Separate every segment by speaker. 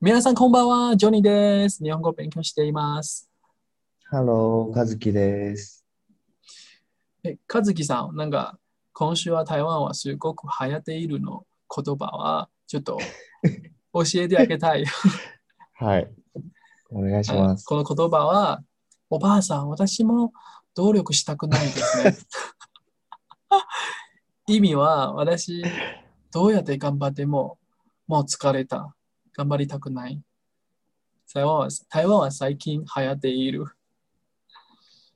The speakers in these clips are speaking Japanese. Speaker 1: 皆さんこんばんは、ジョニーです。日本語を勉強しています。
Speaker 2: ハロー、和樹です。
Speaker 1: え、和樹さん、なんか、今週は台湾はすごく流行っているの言葉は、ち ょっと教えてあげたい。
Speaker 2: はい。お願いし
Speaker 1: あ
Speaker 2: ま
Speaker 1: の
Speaker 2: す。
Speaker 1: この言葉は、おばあさん、私も努力したくないです ね。意味は、私、どうやって頑張っても、もう疲れた。頑張りたくない。台湾は台湾は最近流行っている。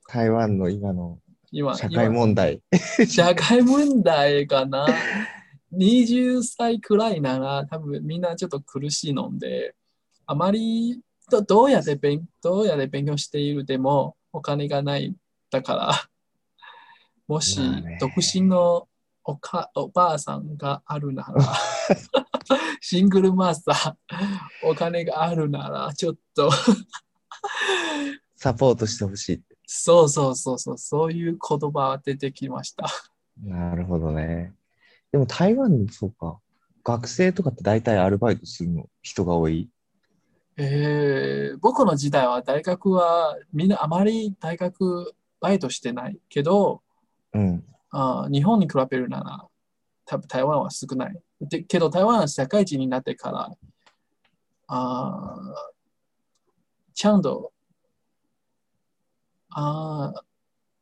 Speaker 2: 台湾の今の
Speaker 1: 今、
Speaker 2: 社
Speaker 1: 今
Speaker 2: 会問題。
Speaker 1: 社会問題かな20歳くらいなら多分みんなちょっと苦しいのであまりどどうやって勉どうやって勉強しているでもお金がないだからもし
Speaker 2: まあね
Speaker 1: 独身のおかおばあさんがあるな らシングルマスターお金があるならちょっと
Speaker 2: サポートしてほしい。
Speaker 1: そうそうそうそうそういう言葉が出てきました
Speaker 2: なるほどね。でも台湾、そうか。学生とかって大体アルバイトするの人が多い。
Speaker 1: えー僕の時代は大学はみんなあまり大学バイトしてないけど、
Speaker 2: うん。
Speaker 1: あー日本に比べるなら多分台湾は少ない。でけど台湾は社会人になってからあーちゃんとあー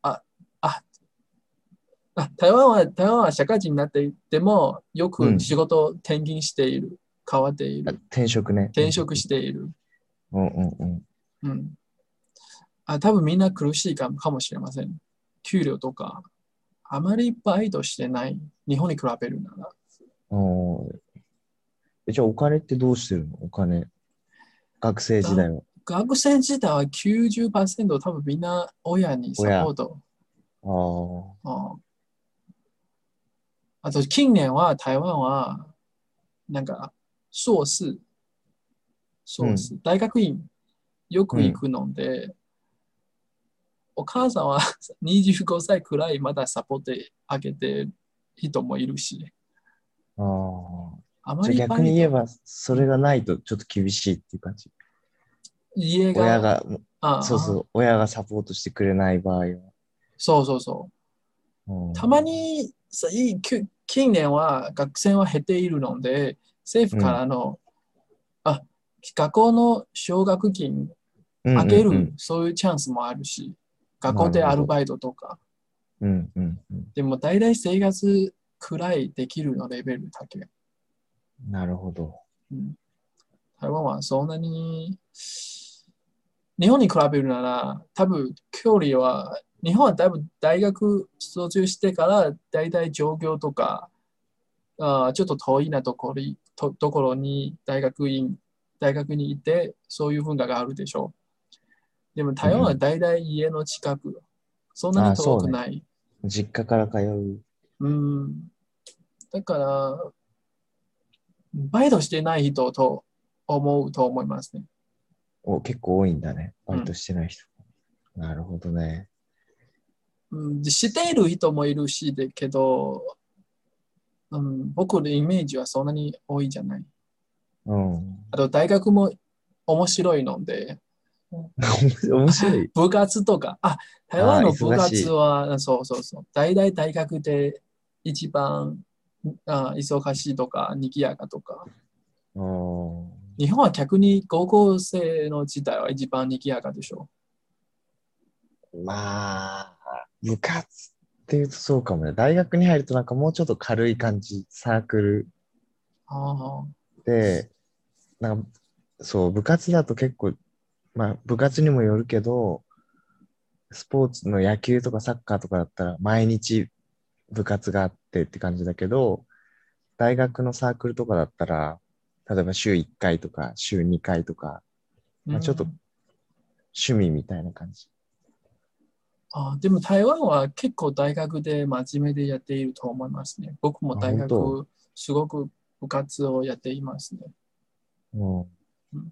Speaker 1: あああ台湾は台湾は社会人になっていてもよく仕事を転勤している、変わってい
Speaker 2: あ
Speaker 1: る
Speaker 2: 転職ね。
Speaker 1: 転職している。
Speaker 2: うんうんうん。
Speaker 1: うん。あ、多分みんな苦しいかもかもしれません。給料とか、あまりバイトしてない。日本に比べるなら。
Speaker 2: おーえじゃあお金ってどうしてるのお金。学生時代は。
Speaker 1: 学生自体は90%多分みんな親にサポート。
Speaker 2: あー
Speaker 1: うんあと近年は台湾は、なんか、硕士、硕士、大学院、よく行くので、お母さんは 25歳くらいまだサポートあげてる人もいるし、
Speaker 2: あー。
Speaker 1: あま
Speaker 2: じ
Speaker 1: り
Speaker 2: ゃあ逆に言えば、それがないとちょっと厳しいっていう感じ。
Speaker 1: 家が、
Speaker 2: 親が、
Speaker 1: ああ
Speaker 2: そうそう、親がサポートしてくれない場合は。
Speaker 1: そうそうそう。
Speaker 2: うん
Speaker 1: たま、にさいいきゅ近年は学生は減っているので政府からの、あ学校の奨学金
Speaker 2: うんうん
Speaker 1: あげる、
Speaker 2: うん
Speaker 1: そういうチャンスもあるし学校で
Speaker 2: なるほど
Speaker 1: アルバイトとか
Speaker 2: うんうんうん
Speaker 1: でも大体生活くらいできるのレベルだけ、
Speaker 2: なるほど。
Speaker 1: うん台湾はそんなに日本に比べるなら多分距離は日本は多分大学卒業してから大体上京とかあーちょっと遠いなところにとところに大学院大学に行ってそういう文化があるでしょうでも台湾は大体家の近く、そんなに遠くない、
Speaker 2: 実家から通う。
Speaker 1: うん。だから、バイトしてない人と思うと思いますね。
Speaker 2: お結構多いんだね。バイトしてない人。なるほどね。
Speaker 1: うん、でしている人もいるし、だけど、うん、僕のイメージはそんなに多いじゃない。
Speaker 2: うん。
Speaker 1: あと、大学も面白いので、
Speaker 2: 面白い。
Speaker 1: 部活とか、あ、台湾の
Speaker 2: あー
Speaker 1: 部
Speaker 2: 忙しい
Speaker 1: 活は、そうそうそう、大体大学で一番あ忙しいとか、賑やかとか、
Speaker 2: うん
Speaker 1: 日本は逆に高校生の時代は一番賑やかでしょ。
Speaker 2: まあ、部活っていうとそうかもね。大学に入るとなんかもうちょっと軽い感じ、サークル
Speaker 1: ああ、
Speaker 2: で、なんか、そう、部活だと結構、まあ、部活にもよるけど、スポーツの野球とかサッカーとかだったら、毎日部活があってって感じだけど、大学のサークルとかだったら、例えば週1回とか、週2回とか、まあちょっと
Speaker 1: うん
Speaker 2: 趣味みたいな感じ。
Speaker 1: あーでも台湾は結構大学で真面目でやっていると思いますね。僕も大
Speaker 2: あ本
Speaker 1: 学、すごく部活をやっていますね。
Speaker 2: うん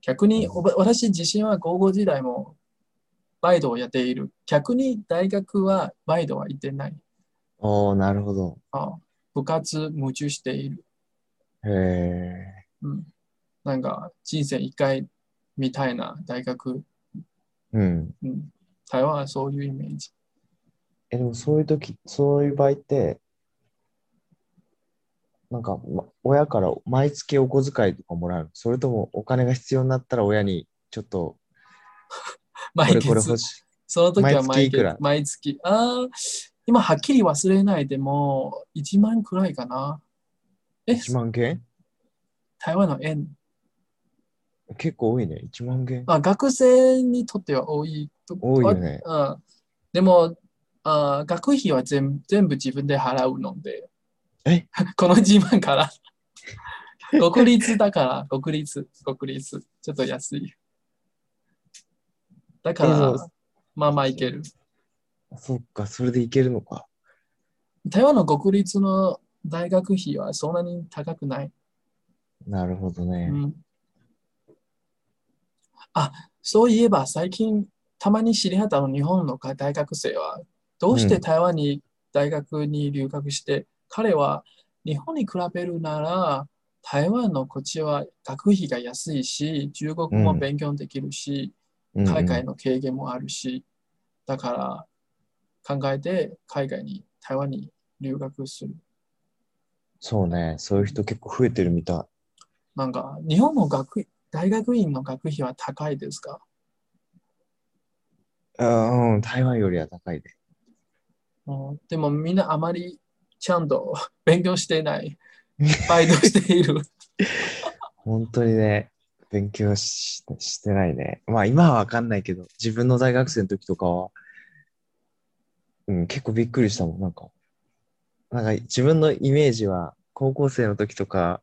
Speaker 1: 逆におば私自身は高校時代もバイトをやっている。逆に大学はバイトは行ってない。
Speaker 2: おー、なるほど。
Speaker 1: あー部活夢中している。
Speaker 2: へえ。
Speaker 1: うん、なんか人生一回みたいな大学、
Speaker 2: うん。
Speaker 1: うん、台湾はそういうイメージ。
Speaker 2: え、でもそういう時、そういう場合って、なんか、ま親から毎月お小遣いとかもらうのそれともお金が必要になったら親にちょっとこ
Speaker 1: 毎
Speaker 2: れ
Speaker 1: 月
Speaker 2: これ欲しい。
Speaker 1: その時は毎
Speaker 2: 毎月い
Speaker 1: 月
Speaker 2: くら
Speaker 1: 毎月あー今はっきり忘れないでも1万くらいかな。え、
Speaker 2: 1万円
Speaker 1: 台湾の円。
Speaker 2: 結構多いね。1万円
Speaker 1: あ学生にとっては多いと。
Speaker 2: 多いよね。
Speaker 1: あうん、でもあ、学費は全全部自分で払うので。
Speaker 2: え
Speaker 1: この1万から。 独立だから、独立、独立。ちょっと安い。だか
Speaker 2: えそ
Speaker 1: ら
Speaker 2: う、
Speaker 1: まあまあいける。
Speaker 2: そっか、それでいけるのか。
Speaker 1: 台湾の国立の大学費はそんなに高くない。
Speaker 2: なるほど
Speaker 1: う
Speaker 2: ね。
Speaker 1: ん、あ、そういえば最近たまに知り合ったの日本の大学生はどうして台湾に大学に留学して、彼は日本に比べるなら台湾のこっちは学費が安いし中国語も勉強できるし、
Speaker 2: うんうん
Speaker 1: 海外の経験もあるし、だから考えて海外に、台湾に留学する。
Speaker 2: そうね。そういう人結構増えてるみた
Speaker 1: なんか、日本の学大学院の学費は高いですか
Speaker 2: い。あうん、台湾よりは高いで。
Speaker 1: うんでもみんなあまりちゃんと 勉強して ない。バイトしている。
Speaker 2: 本当にね、勉強ししてないね。まあ今はわかんないけど、自分の大学生の時とかは、うん、結構びっくりしたもん、なんか。なんか自分のイメージは、高校生の時とか、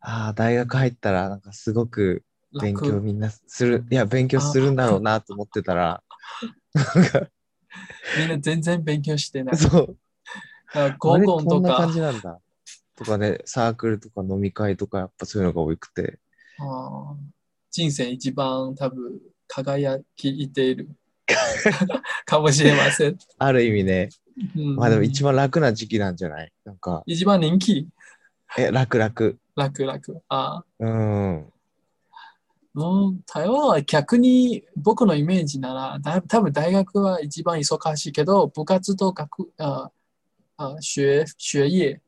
Speaker 2: ああ、大学入ったら、なんかすごく勉強
Speaker 1: 楽。
Speaker 2: みんなする、いや、勉強するんだろうなと思ってたら、
Speaker 1: みんな全然勉強してない。
Speaker 2: そう、
Speaker 1: だから
Speaker 2: あ
Speaker 1: 合
Speaker 2: れ
Speaker 1: コン
Speaker 2: ことんな感
Speaker 1: か、
Speaker 2: じなんだ。とかね、サークルとか飲み会とか、やっぱそういうのが多くて。
Speaker 1: うん人生一番多分輝きてい るかもしれません。
Speaker 2: ある意味ね、
Speaker 1: うん
Speaker 2: まあでも一番楽な時期なんじゃないなんか、
Speaker 1: 一番人気
Speaker 2: え、楽楽。
Speaker 1: 楽々。あ
Speaker 2: うん。
Speaker 1: あ、もう台湾は逆に僕のイメージなら、だ多分大学は一番忙しいけど、部活と学、ああ学学業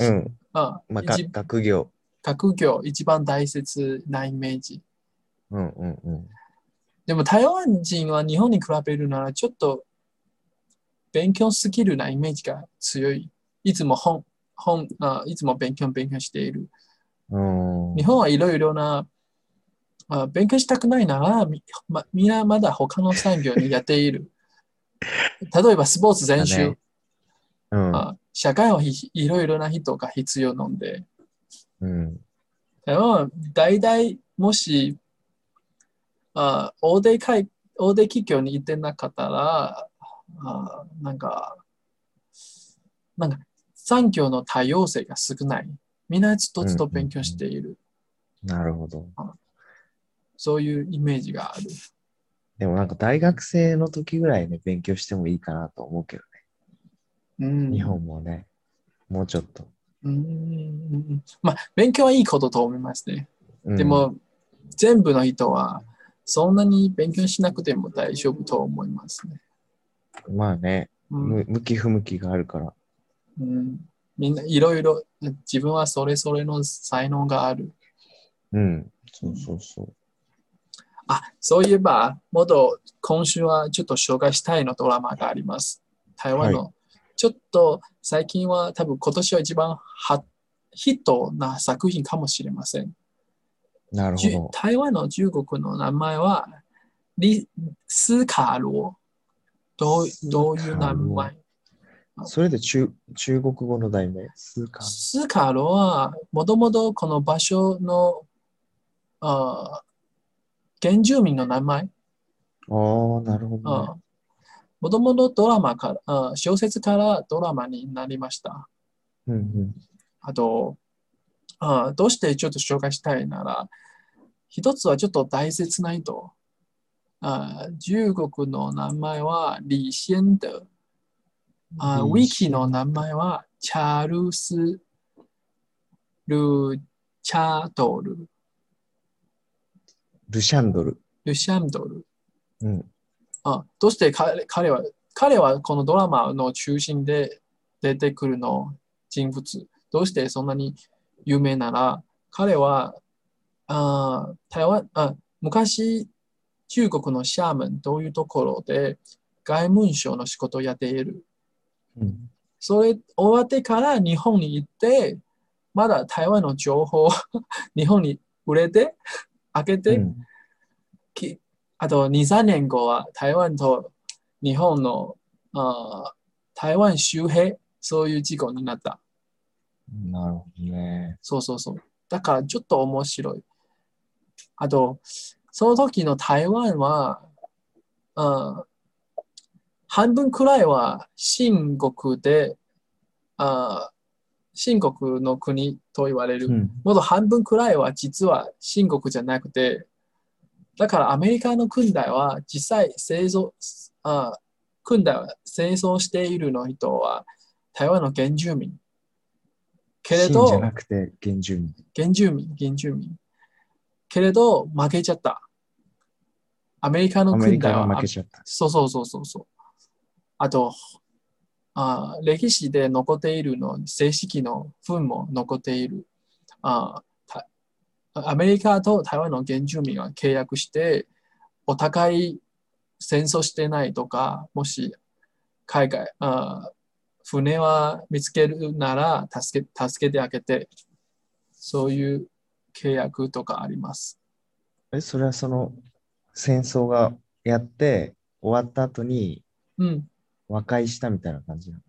Speaker 2: うん。
Speaker 1: あ
Speaker 2: まあ、が
Speaker 1: 一
Speaker 2: 学業。
Speaker 1: 学業一番大切なイメージ。
Speaker 2: うんうんうん。
Speaker 1: でも台湾人は日本に比べるならちょっと勉強スキルなイメージが強い。いつも本、本、あいつも勉強勉強している。
Speaker 2: うん、
Speaker 1: 日本はいろいろなあ勉強したくないならみ,、ま、みんなまだ他の産業にやっている。 例えばスポーツ全
Speaker 2: だ
Speaker 1: 集、
Speaker 2: ねうん
Speaker 1: あ社会はいいろいろな人が必要なので、
Speaker 2: うん、
Speaker 1: でも大体もしあ大手会大手企業に行ってなかったら、あなんか、なんか産業の多様性が少ない。みんなずっとずっと勉強している。
Speaker 2: なるほど。
Speaker 1: そういうイメージがある。
Speaker 2: でもなんか大学生の時ぐらいね、勉強してもいいかなと思うけど
Speaker 1: うん
Speaker 2: ね。日本もね、もうちょっと。
Speaker 1: うーんまあ、勉強はいいことと思いますね。
Speaker 2: うん
Speaker 1: で、も、全部の人は、そんなに勉強しなくても大丈夫と思いますね。
Speaker 2: まあね、
Speaker 1: うん
Speaker 2: む向き不向きがあるから。
Speaker 1: うん、みんないろいろ、自分はそれぞれの才能がある。
Speaker 2: うん。そうそうそう。
Speaker 1: あ、そういえば、もっと今週はちょっと紹介したいのドラマがあります。台湾の。ちょっと最近は多分今年は一番はヒットな作品かもしれません。
Speaker 2: なるほ
Speaker 1: じゅ
Speaker 2: ど。
Speaker 1: 台湾の中国の名前はリスカロどう
Speaker 2: スカロ
Speaker 1: どういう名前
Speaker 2: それで中中国語の題名、数か。
Speaker 1: スカロはもともとこの場所のあー原住民の名前
Speaker 2: ああ、なるほど、ね。
Speaker 1: もともとドラマからあー小説からドラマになりました
Speaker 2: うんうん。
Speaker 1: あとあーどうしてちょっと紹介したいなら一つはちょっと大切な人あー中国の名前は李先德あウィキの名前はチャールス・ル・チャートル。
Speaker 2: ルシャンドル。
Speaker 1: ルシャンドル。
Speaker 2: うん。
Speaker 1: あ、どうして彼彼は、彼はこのドラマの中心で出てくるの人物。どうしてそんなに有名なら、彼は、あー台湾あ昔、中国のシャーマンというところで外務省の仕事をやっている。
Speaker 2: うん。
Speaker 1: それ終わってから日本に行って、まだ台湾の情報を 日本に売れて、開けて、
Speaker 2: うん
Speaker 1: きあと2、3年後は台湾と日本のあー台湾周辺、そういう事故になった。
Speaker 2: なるほどね。
Speaker 1: そうそうそう。だからちょっと面白い。あと、その時の台湾は、あー半分くらいは新国で、あー新国の国と言われる。
Speaker 2: うん。
Speaker 1: もっと半分くらいは実は新国じゃなくて、だからアメリカの軍隊は実際製造、あ軍隊は戦争しているの人は台湾の原住民。けれ
Speaker 2: シンじゃ
Speaker 1: ど、
Speaker 2: なくて原住民。
Speaker 1: 原住民、原住民。けれど、負けちゃった。アメリカの
Speaker 2: アメ
Speaker 1: 軍
Speaker 2: リ
Speaker 1: 隊
Speaker 2: カ
Speaker 1: は
Speaker 2: が負けちゃった。
Speaker 1: そうそうそうそうそう。あと、あー歴史で残っているの、正式の文も残っている。あーたアメリカと台湾の原住民は契約して、お互い戦争してないとか、もし海外、あー船は見つけるなら助け助けてあげて、そういう契約とかあります。
Speaker 2: え、それはその戦争がやって終わった後に
Speaker 1: うん、
Speaker 2: 和解したみたいな感じなの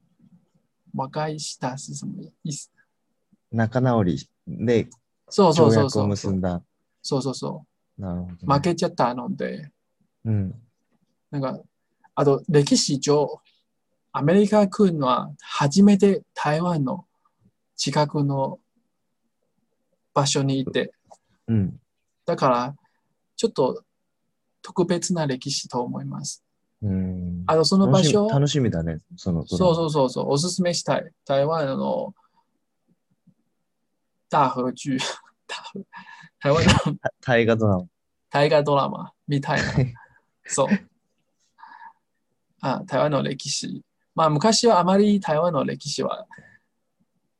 Speaker 1: 和解したし、そのいいっす
Speaker 2: 仲直りで
Speaker 1: そうそう
Speaker 2: 条
Speaker 1: そう
Speaker 2: 約
Speaker 1: そ
Speaker 2: を
Speaker 1: う。
Speaker 2: 結んだ。
Speaker 1: そうそうそ
Speaker 2: なるほどね、
Speaker 1: う。負けちゃったので、
Speaker 2: うん。
Speaker 1: なんか、あと歴史上、アメリカ軍は初めて台湾の近くの場所にいて、
Speaker 2: うん。
Speaker 1: だから、ちょっと特別な歴史と思います。
Speaker 2: うん。
Speaker 1: あと、その場所、
Speaker 2: 楽しみ楽しみだね、そのドラ
Speaker 1: そう
Speaker 2: マ
Speaker 1: そうそうそう、おすすめしたい。台湾の大河劇、大河台湾の
Speaker 2: た大河ドラマ。
Speaker 1: 大河ドラマみたいな。そう。あ、台湾の歴史。まあ、昔はあまり台湾の歴史は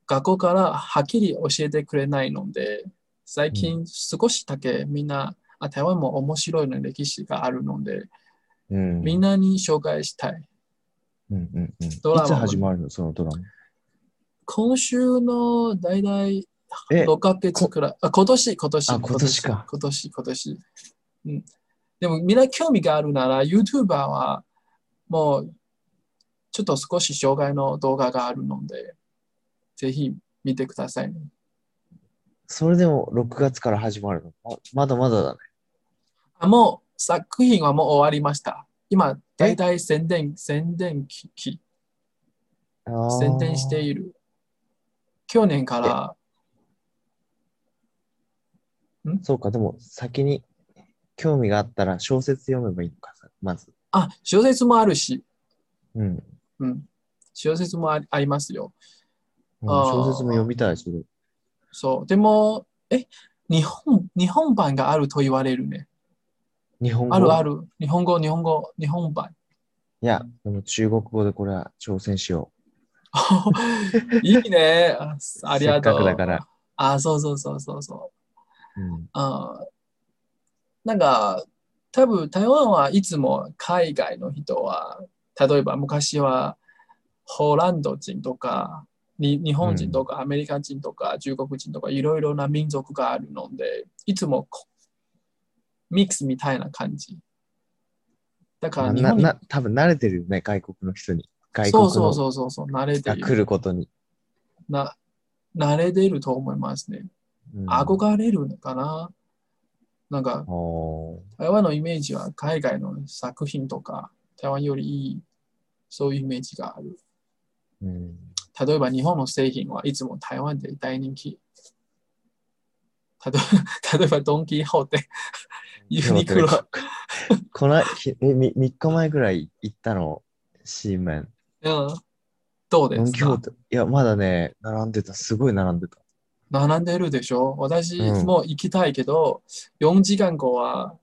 Speaker 1: 学校からはっきり教えてくれないので、最近少しだけみんな、あ、台湾も面白いの歴史があるので、
Speaker 2: うん。
Speaker 1: みんなに紹介したい。
Speaker 2: うんうんうん。い
Speaker 1: ドラマも
Speaker 2: つ始まるの、そのドラマ。
Speaker 1: 今週のだいたい
Speaker 2: え
Speaker 1: 6ヶ月くらい、あ今年、今年、
Speaker 2: あ今年か
Speaker 1: 今年、今年。うん。でもみんな興味があるなら、YouTuber はもうちょっと少し障害の動画があるので、ぜひ見てくださいね。
Speaker 2: それでも6月から始まるの。あまだまだだね。
Speaker 1: あもう作品はもう終わりました。今、だいたい宣伝、宣伝期、期
Speaker 2: あー
Speaker 1: 宣伝している。去年から、
Speaker 2: そうか、でも先に興味があったら小説読めばいいのかさ、まず。
Speaker 1: あ、小説もあるし、
Speaker 2: うん。うん
Speaker 1: うん。小説もありありますよ。あー
Speaker 2: 小説も読みたい、それ。
Speaker 1: そう。でも、え、日本、日本版があると言われるね。
Speaker 2: 日本語
Speaker 1: あるあ
Speaker 2: る。
Speaker 1: る。日本語、日本語、日本版。
Speaker 2: いや、でも中国語でこれは挑戦しよ
Speaker 1: いいね。あ
Speaker 2: う。
Speaker 1: ありがとう。
Speaker 2: せっかくだから。
Speaker 1: あ、そうそうそうそうそう。
Speaker 2: うん。
Speaker 1: あなんか、多分台湾はいつも海外の人は、例えば昔はホランド人とか、に日本人とかアメリカ人とか中国人とかいろいろな民族があるので、いつもこミックスみたいな感じ。だか
Speaker 2: ま
Speaker 1: ら
Speaker 2: あ
Speaker 1: 日
Speaker 2: な、
Speaker 1: 本に
Speaker 2: な、多分慣れてるよね、外国の人に。外
Speaker 1: そう
Speaker 2: 国
Speaker 1: そ
Speaker 2: の
Speaker 1: うそうそうそう、慣れて
Speaker 2: が
Speaker 1: い
Speaker 2: 来
Speaker 1: る。
Speaker 2: ることに。
Speaker 1: な慣れていると思いますね。
Speaker 2: うん、
Speaker 1: 憧れるのかななんか、
Speaker 2: おー
Speaker 1: 台湾のイメージは海外の作品とか、台湾よりいい、そういうイメージがある。
Speaker 2: うん。
Speaker 1: 例えば日本の製品はいつも台湾で大人気。例えば 例えばドン・キホーテ、ユニクロ。
Speaker 2: この、ひえ、み3日前ぐらい行ったの、シーメン。
Speaker 1: うん、どうで
Speaker 2: ドン・
Speaker 1: す
Speaker 2: キホー
Speaker 1: か
Speaker 2: テ。いや、まだね、並んでた。すごい並んでた。
Speaker 1: 並んでるでしょ私
Speaker 2: うん
Speaker 1: も行きたいけど、4時間後は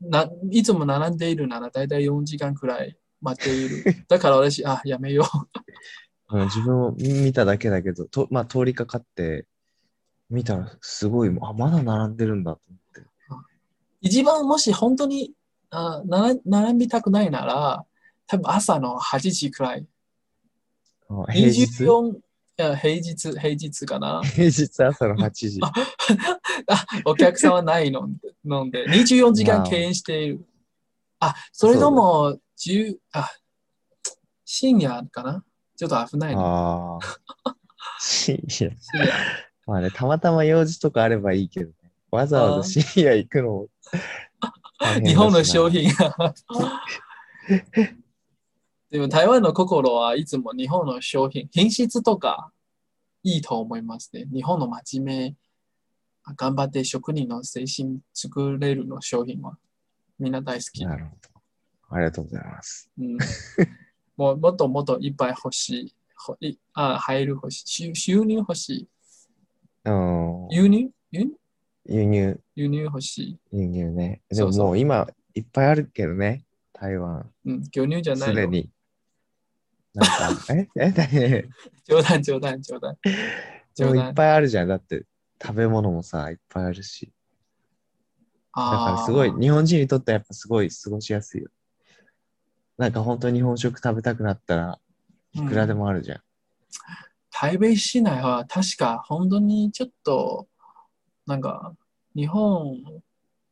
Speaker 1: ないつも並んでいるならだいたい4時間くらい待ってい る。だから私、あ、やめよう。
Speaker 2: うん自分を見ただけだけど、とまあ、通りかかって、見たらすごい、あ、まだ並んでるんだと思って。
Speaker 1: 一番もし本当にあ並並びたくないなら、多分朝の8時くらい。
Speaker 2: あ平日平
Speaker 1: 24いや平日、平日かな。
Speaker 2: 日朝の8時。
Speaker 1: あ、お客さんは ないのので、24時間敬遠している。あ、それとも、10あ、深夜かなちょっと危ないな。
Speaker 2: ああ。深夜。
Speaker 1: 深夜
Speaker 2: まあね、たまたま用事とかあればいいけどね。わざわざ深夜行くのも大変だしな
Speaker 1: 日本の商。品が。でも台湾の心はいつも日本の商品、品質とかいいと思いますね。日本の真面目、頑張って職人の精神作れるの商品はみんな大好き。
Speaker 2: なるほど。ありがとうございます。
Speaker 1: うん、もうもっともっといっぱい欲しい。ほいあ入る欲しい。収収入欲しい。
Speaker 2: うん。
Speaker 1: 輸入輸入
Speaker 2: 輸入、
Speaker 1: 輸入欲しい。
Speaker 2: 輸入ね。で
Speaker 1: そ
Speaker 2: も
Speaker 1: うそう
Speaker 2: もう今、いっぱいあるけどね。台湾。
Speaker 1: うん、魚乳じゃないよ
Speaker 2: すでに。なんか、え えだね。
Speaker 1: 冗談、冗談、冗談。
Speaker 2: でも
Speaker 1: 冗
Speaker 2: いっ
Speaker 1: 談。
Speaker 2: ぱいあるじゃん。だって、食べ物もさ、いっぱいあるし。だからすごい、
Speaker 1: あー
Speaker 2: 日本人にとってはやっぱすごい過ごしやすいよ。なんか本当に日本食食べたくなったらいくらでもあるじゃん。
Speaker 1: 台北市内は確か本当にちょっとなんか日本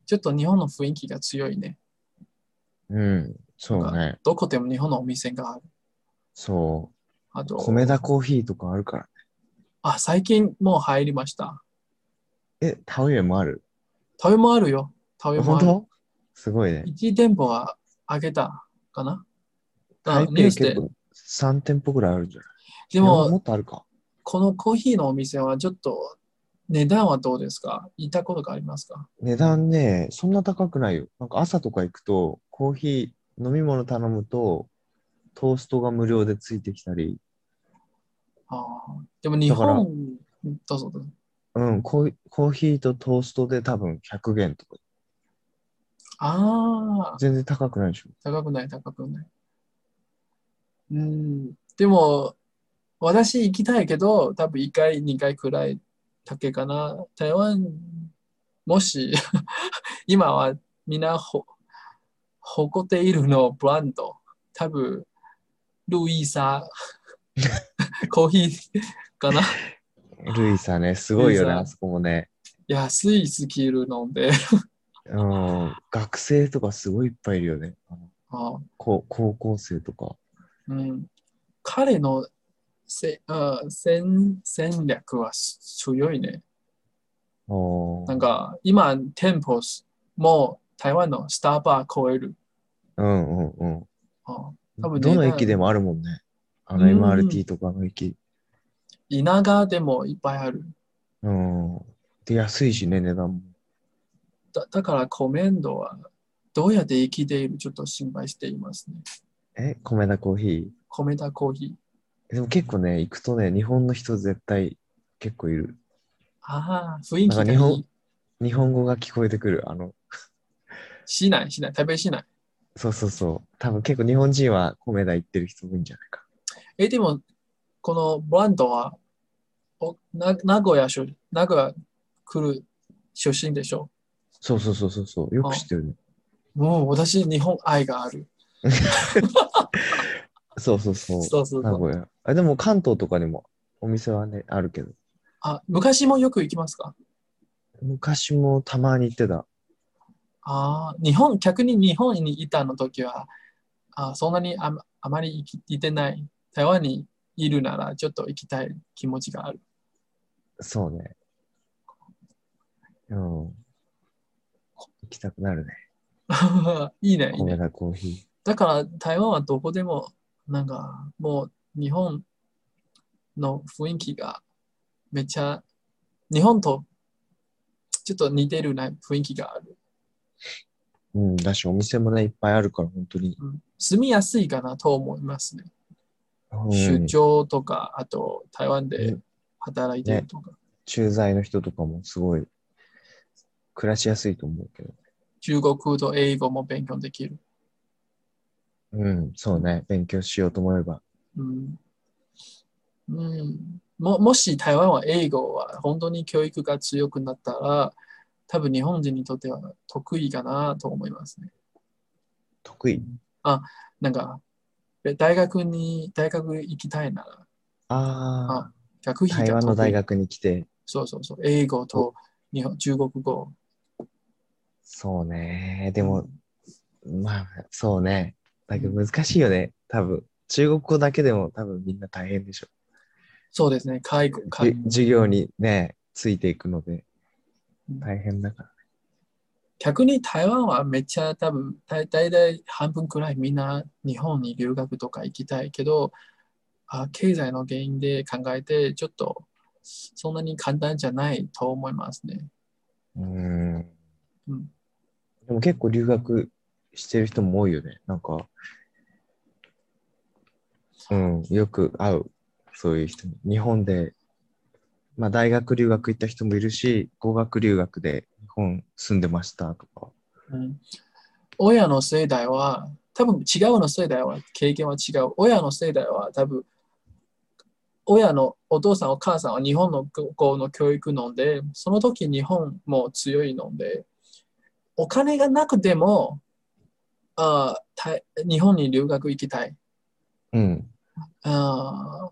Speaker 1: ちょっと日本の雰囲気が強いね。
Speaker 2: うん、そうね。
Speaker 1: どこでも日本のお店がある。
Speaker 2: そ
Speaker 1: あ
Speaker 2: う。
Speaker 1: と、
Speaker 2: 米田コーヒーとかあるから。
Speaker 1: あ、最近もう入りました。
Speaker 2: え、田植えもある
Speaker 1: 食べもあるよ。食べも
Speaker 2: 本
Speaker 1: ある。
Speaker 2: 当すごいね。
Speaker 1: 1店舗はあげたかなあ
Speaker 2: 台
Speaker 1: ニ
Speaker 2: 北
Speaker 1: ュースで
Speaker 2: 結構3店舗ぐらいあるんじゃない
Speaker 1: で
Speaker 2: いやも
Speaker 1: も、
Speaker 2: っとあるか。
Speaker 1: このコーヒーのお店はちょっと値段はどうですか行ったことがありますか
Speaker 2: 値段ね、そんな高くないよ。なんか朝とか行くと、コーヒー、飲み物頼むと、トーストが無料でついてきたり、
Speaker 1: あーでも日
Speaker 2: だから
Speaker 1: 本、うんどうぞどうぞ。
Speaker 2: うん、コーコーヒーとトーストで多分100元とか、
Speaker 1: ああ。
Speaker 2: 全然高くないでしょ。
Speaker 1: 高くない、高くない。うん、でも、私行きたいけど、多分1回、2回くらいだけかな。台湾、もし、 今はみんなほ誇っているのブランド、多分、ルイーサ、コー ヒーかな。
Speaker 2: ルイさんね、すごいよ
Speaker 1: ルイ
Speaker 2: ね、
Speaker 1: さん
Speaker 2: あそこもね。
Speaker 1: 安いスキル飲んで、
Speaker 2: うん、学生とかすごいいっぱいいるよね。あの
Speaker 1: あ
Speaker 2: こ高校生とか。
Speaker 1: うん、彼のせあ戦戦略は強いね。
Speaker 2: おー
Speaker 1: なん、か今、店舗も台湾のスターバー超える。
Speaker 2: うんうんうん。
Speaker 1: あ多分ね
Speaker 2: どの駅でもあるもんね。あの
Speaker 1: うん
Speaker 2: MRT とかの駅。
Speaker 1: 田舎でもいっぱいある。
Speaker 2: うん。で、安いしね、値段も。
Speaker 1: だだからコメンドはどうやって生きているちょっと心配していますね。
Speaker 2: え、米田コーヒー。
Speaker 1: コメダコーヒー。
Speaker 2: でも結構ね、行くとね、日本の人絶対結構いる。
Speaker 1: ああ、雰囲気
Speaker 2: な
Speaker 1: が
Speaker 2: んか日
Speaker 1: いい
Speaker 2: 本。日本語が聞こえてくる。あの、
Speaker 1: しない、しない、食べしない。
Speaker 2: そうそうそう。多分結構日本人は米田行ってる人多いんじゃないか。
Speaker 1: え、でも、このブランドはおな名古屋出、名古屋来る出身でしょ
Speaker 2: そうそうそうそうそう。よく知ってるね。
Speaker 1: もう私、日本愛がある。
Speaker 2: そうそうそう。
Speaker 1: そうそう
Speaker 2: 名
Speaker 1: そう。
Speaker 2: 古屋。あでも関東とかにもお店はね、あるけど。
Speaker 1: あ、昔もよく行きますか
Speaker 2: 昔もたまに行ってた。
Speaker 1: ああ、日本、逆に日本にいたの時は、あそんなにあまあまり行き行ってない。台湾にいるなら、ちょっと行きたい気持ちがある。
Speaker 2: そうね。うん。行きたくなるね。
Speaker 1: いいね、いい
Speaker 2: 米
Speaker 1: ね。
Speaker 2: 田コーヒ
Speaker 1: だから、台湾はどこでも、なんか、もう、日本の雰囲気が、めっちゃ、日本と、ちょっと似てるな雰囲気がある。
Speaker 2: ー。うん。だし、お店もね、いっぱいあるから、本当に。
Speaker 1: うん、住みやすいかなと思いますね。
Speaker 2: うん
Speaker 1: 出張とか、あと、台湾で働いてるとか。
Speaker 2: 駐在の人とかもすごい暮らしやすいと思うけど。
Speaker 1: 中国と英語も勉強できる。
Speaker 2: うん、そうね。勉強しようと思えば。
Speaker 1: うんうん、ももし台湾は英語は本当に教育が強くなったら、多分日本人にとっては得意かなと思いますね。
Speaker 2: 得意。
Speaker 1: なんか、え大学に、大学行きたいなら、
Speaker 2: あ
Speaker 1: 学
Speaker 2: あ、
Speaker 1: 費
Speaker 2: 台
Speaker 1: が
Speaker 2: 湾の
Speaker 1: 得
Speaker 2: 大
Speaker 1: 意。
Speaker 2: 学に来て、
Speaker 1: そうそうそう、英語と日本中国語。
Speaker 2: そうね。でも、まあ、そうね。だけど難しいよね。多分。中国語だけでも多分みんな大変でしょ。
Speaker 1: そうですね、介護、
Speaker 2: じ
Speaker 1: 介
Speaker 2: ゅ授業にね、ついていくので
Speaker 1: うん、
Speaker 2: 大変だから。
Speaker 1: 逆に台湾はめっちゃ多分、大大体半分くらいみんな日本に留学とか行きたいけど、あ経済の原因で考えて、ちょっとそんなに簡単じゃないと思いますね。
Speaker 2: う
Speaker 1: う
Speaker 2: ん。
Speaker 1: ん、
Speaker 2: でも結構留学してる人も多いよね。なんか、うん、よく会う、そういう人に。日本で、まあ大学留学行った人もいるし、語学留学で日本住んでましたとか。
Speaker 1: うん、親の世代は、多分違うの世代は経験は違う。親の世代は多分、親のお父さんお母さんは日本の学校の教育ので、その時日本も強いので、お金がなくても、あた日本に留学行きたい。
Speaker 2: うん。
Speaker 1: あー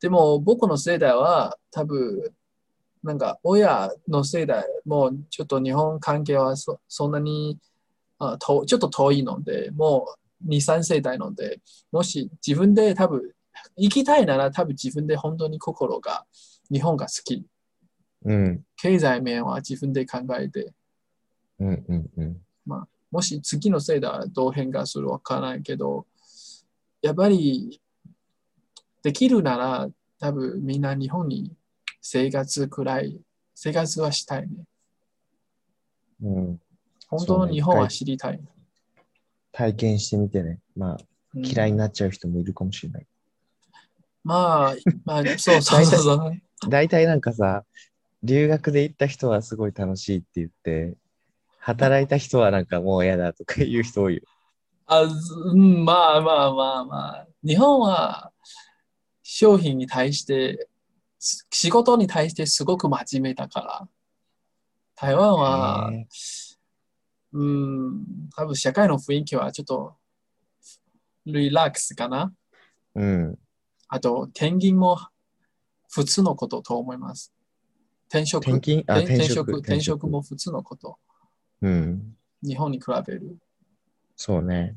Speaker 1: でも僕の世代は多分なんか親の世代もちょっと日本関係はそ、そんなにあとちょっと遠いのでもう2、3世代なのでもし自分で多分行きたいなら多分自分で本当に心が日本が好き
Speaker 2: うん。
Speaker 1: 経済面は自分で考えて
Speaker 2: うんうんうん。
Speaker 1: もし次のせいだどう変化するかわからないけど、やっぱりできるなら多分みんな日本に生活くらい、生活はしたいね。
Speaker 2: うん、
Speaker 1: 本当の日本
Speaker 2: そうね
Speaker 1: は知りたい。
Speaker 2: 体験してみてね。まあ、
Speaker 1: うん
Speaker 2: 嫌いになっちゃう人もいるかもしれない。
Speaker 1: まあ、まあ、 そうそうそうそう。
Speaker 2: 大体なんかさ、留学で行った人はすごい楽しいって言って、働いた人はなんかもう嫌だとか言う人多いよ。
Speaker 1: あずうんまあまあまあまあ。日本は商品に対して、す仕事に対してすごく真面目だから。台湾は
Speaker 2: ね
Speaker 1: うん、多分社会の雰囲気はちょっとリラックスかな。
Speaker 2: うん。
Speaker 1: あと、転勤も普通のことと思います。転職、
Speaker 2: 転勤あ、
Speaker 1: 転
Speaker 2: 転
Speaker 1: 転職
Speaker 2: 職。
Speaker 1: 転職。も普通のこと。
Speaker 2: うん。
Speaker 1: 日本に比べる。
Speaker 2: そうね。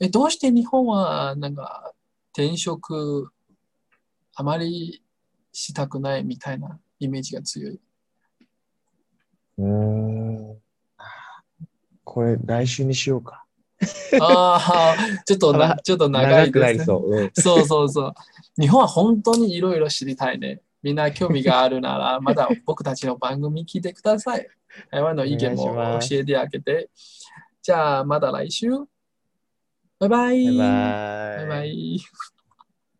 Speaker 1: え、どうして日本はなんか転職あまりしたくないみたいなイメージが強い。
Speaker 2: うーん。これ、来週にしようか。
Speaker 1: ああ、ちょっとな、
Speaker 2: あ
Speaker 1: ちょっと長
Speaker 2: 長
Speaker 1: い
Speaker 2: く
Speaker 1: で
Speaker 2: な
Speaker 1: す
Speaker 2: り
Speaker 1: ね。
Speaker 2: そう。うん
Speaker 1: そうそうそう。日本は本当にいろいろ知りたいね。みんな興味があるな ら、まだ僕たちの番組聞いてください。台湾の意見
Speaker 2: お願
Speaker 1: も
Speaker 2: いします
Speaker 1: 教えてあげて。じゃあ、また来週。バイバイ。
Speaker 2: バイバイ。
Speaker 1: バイバイ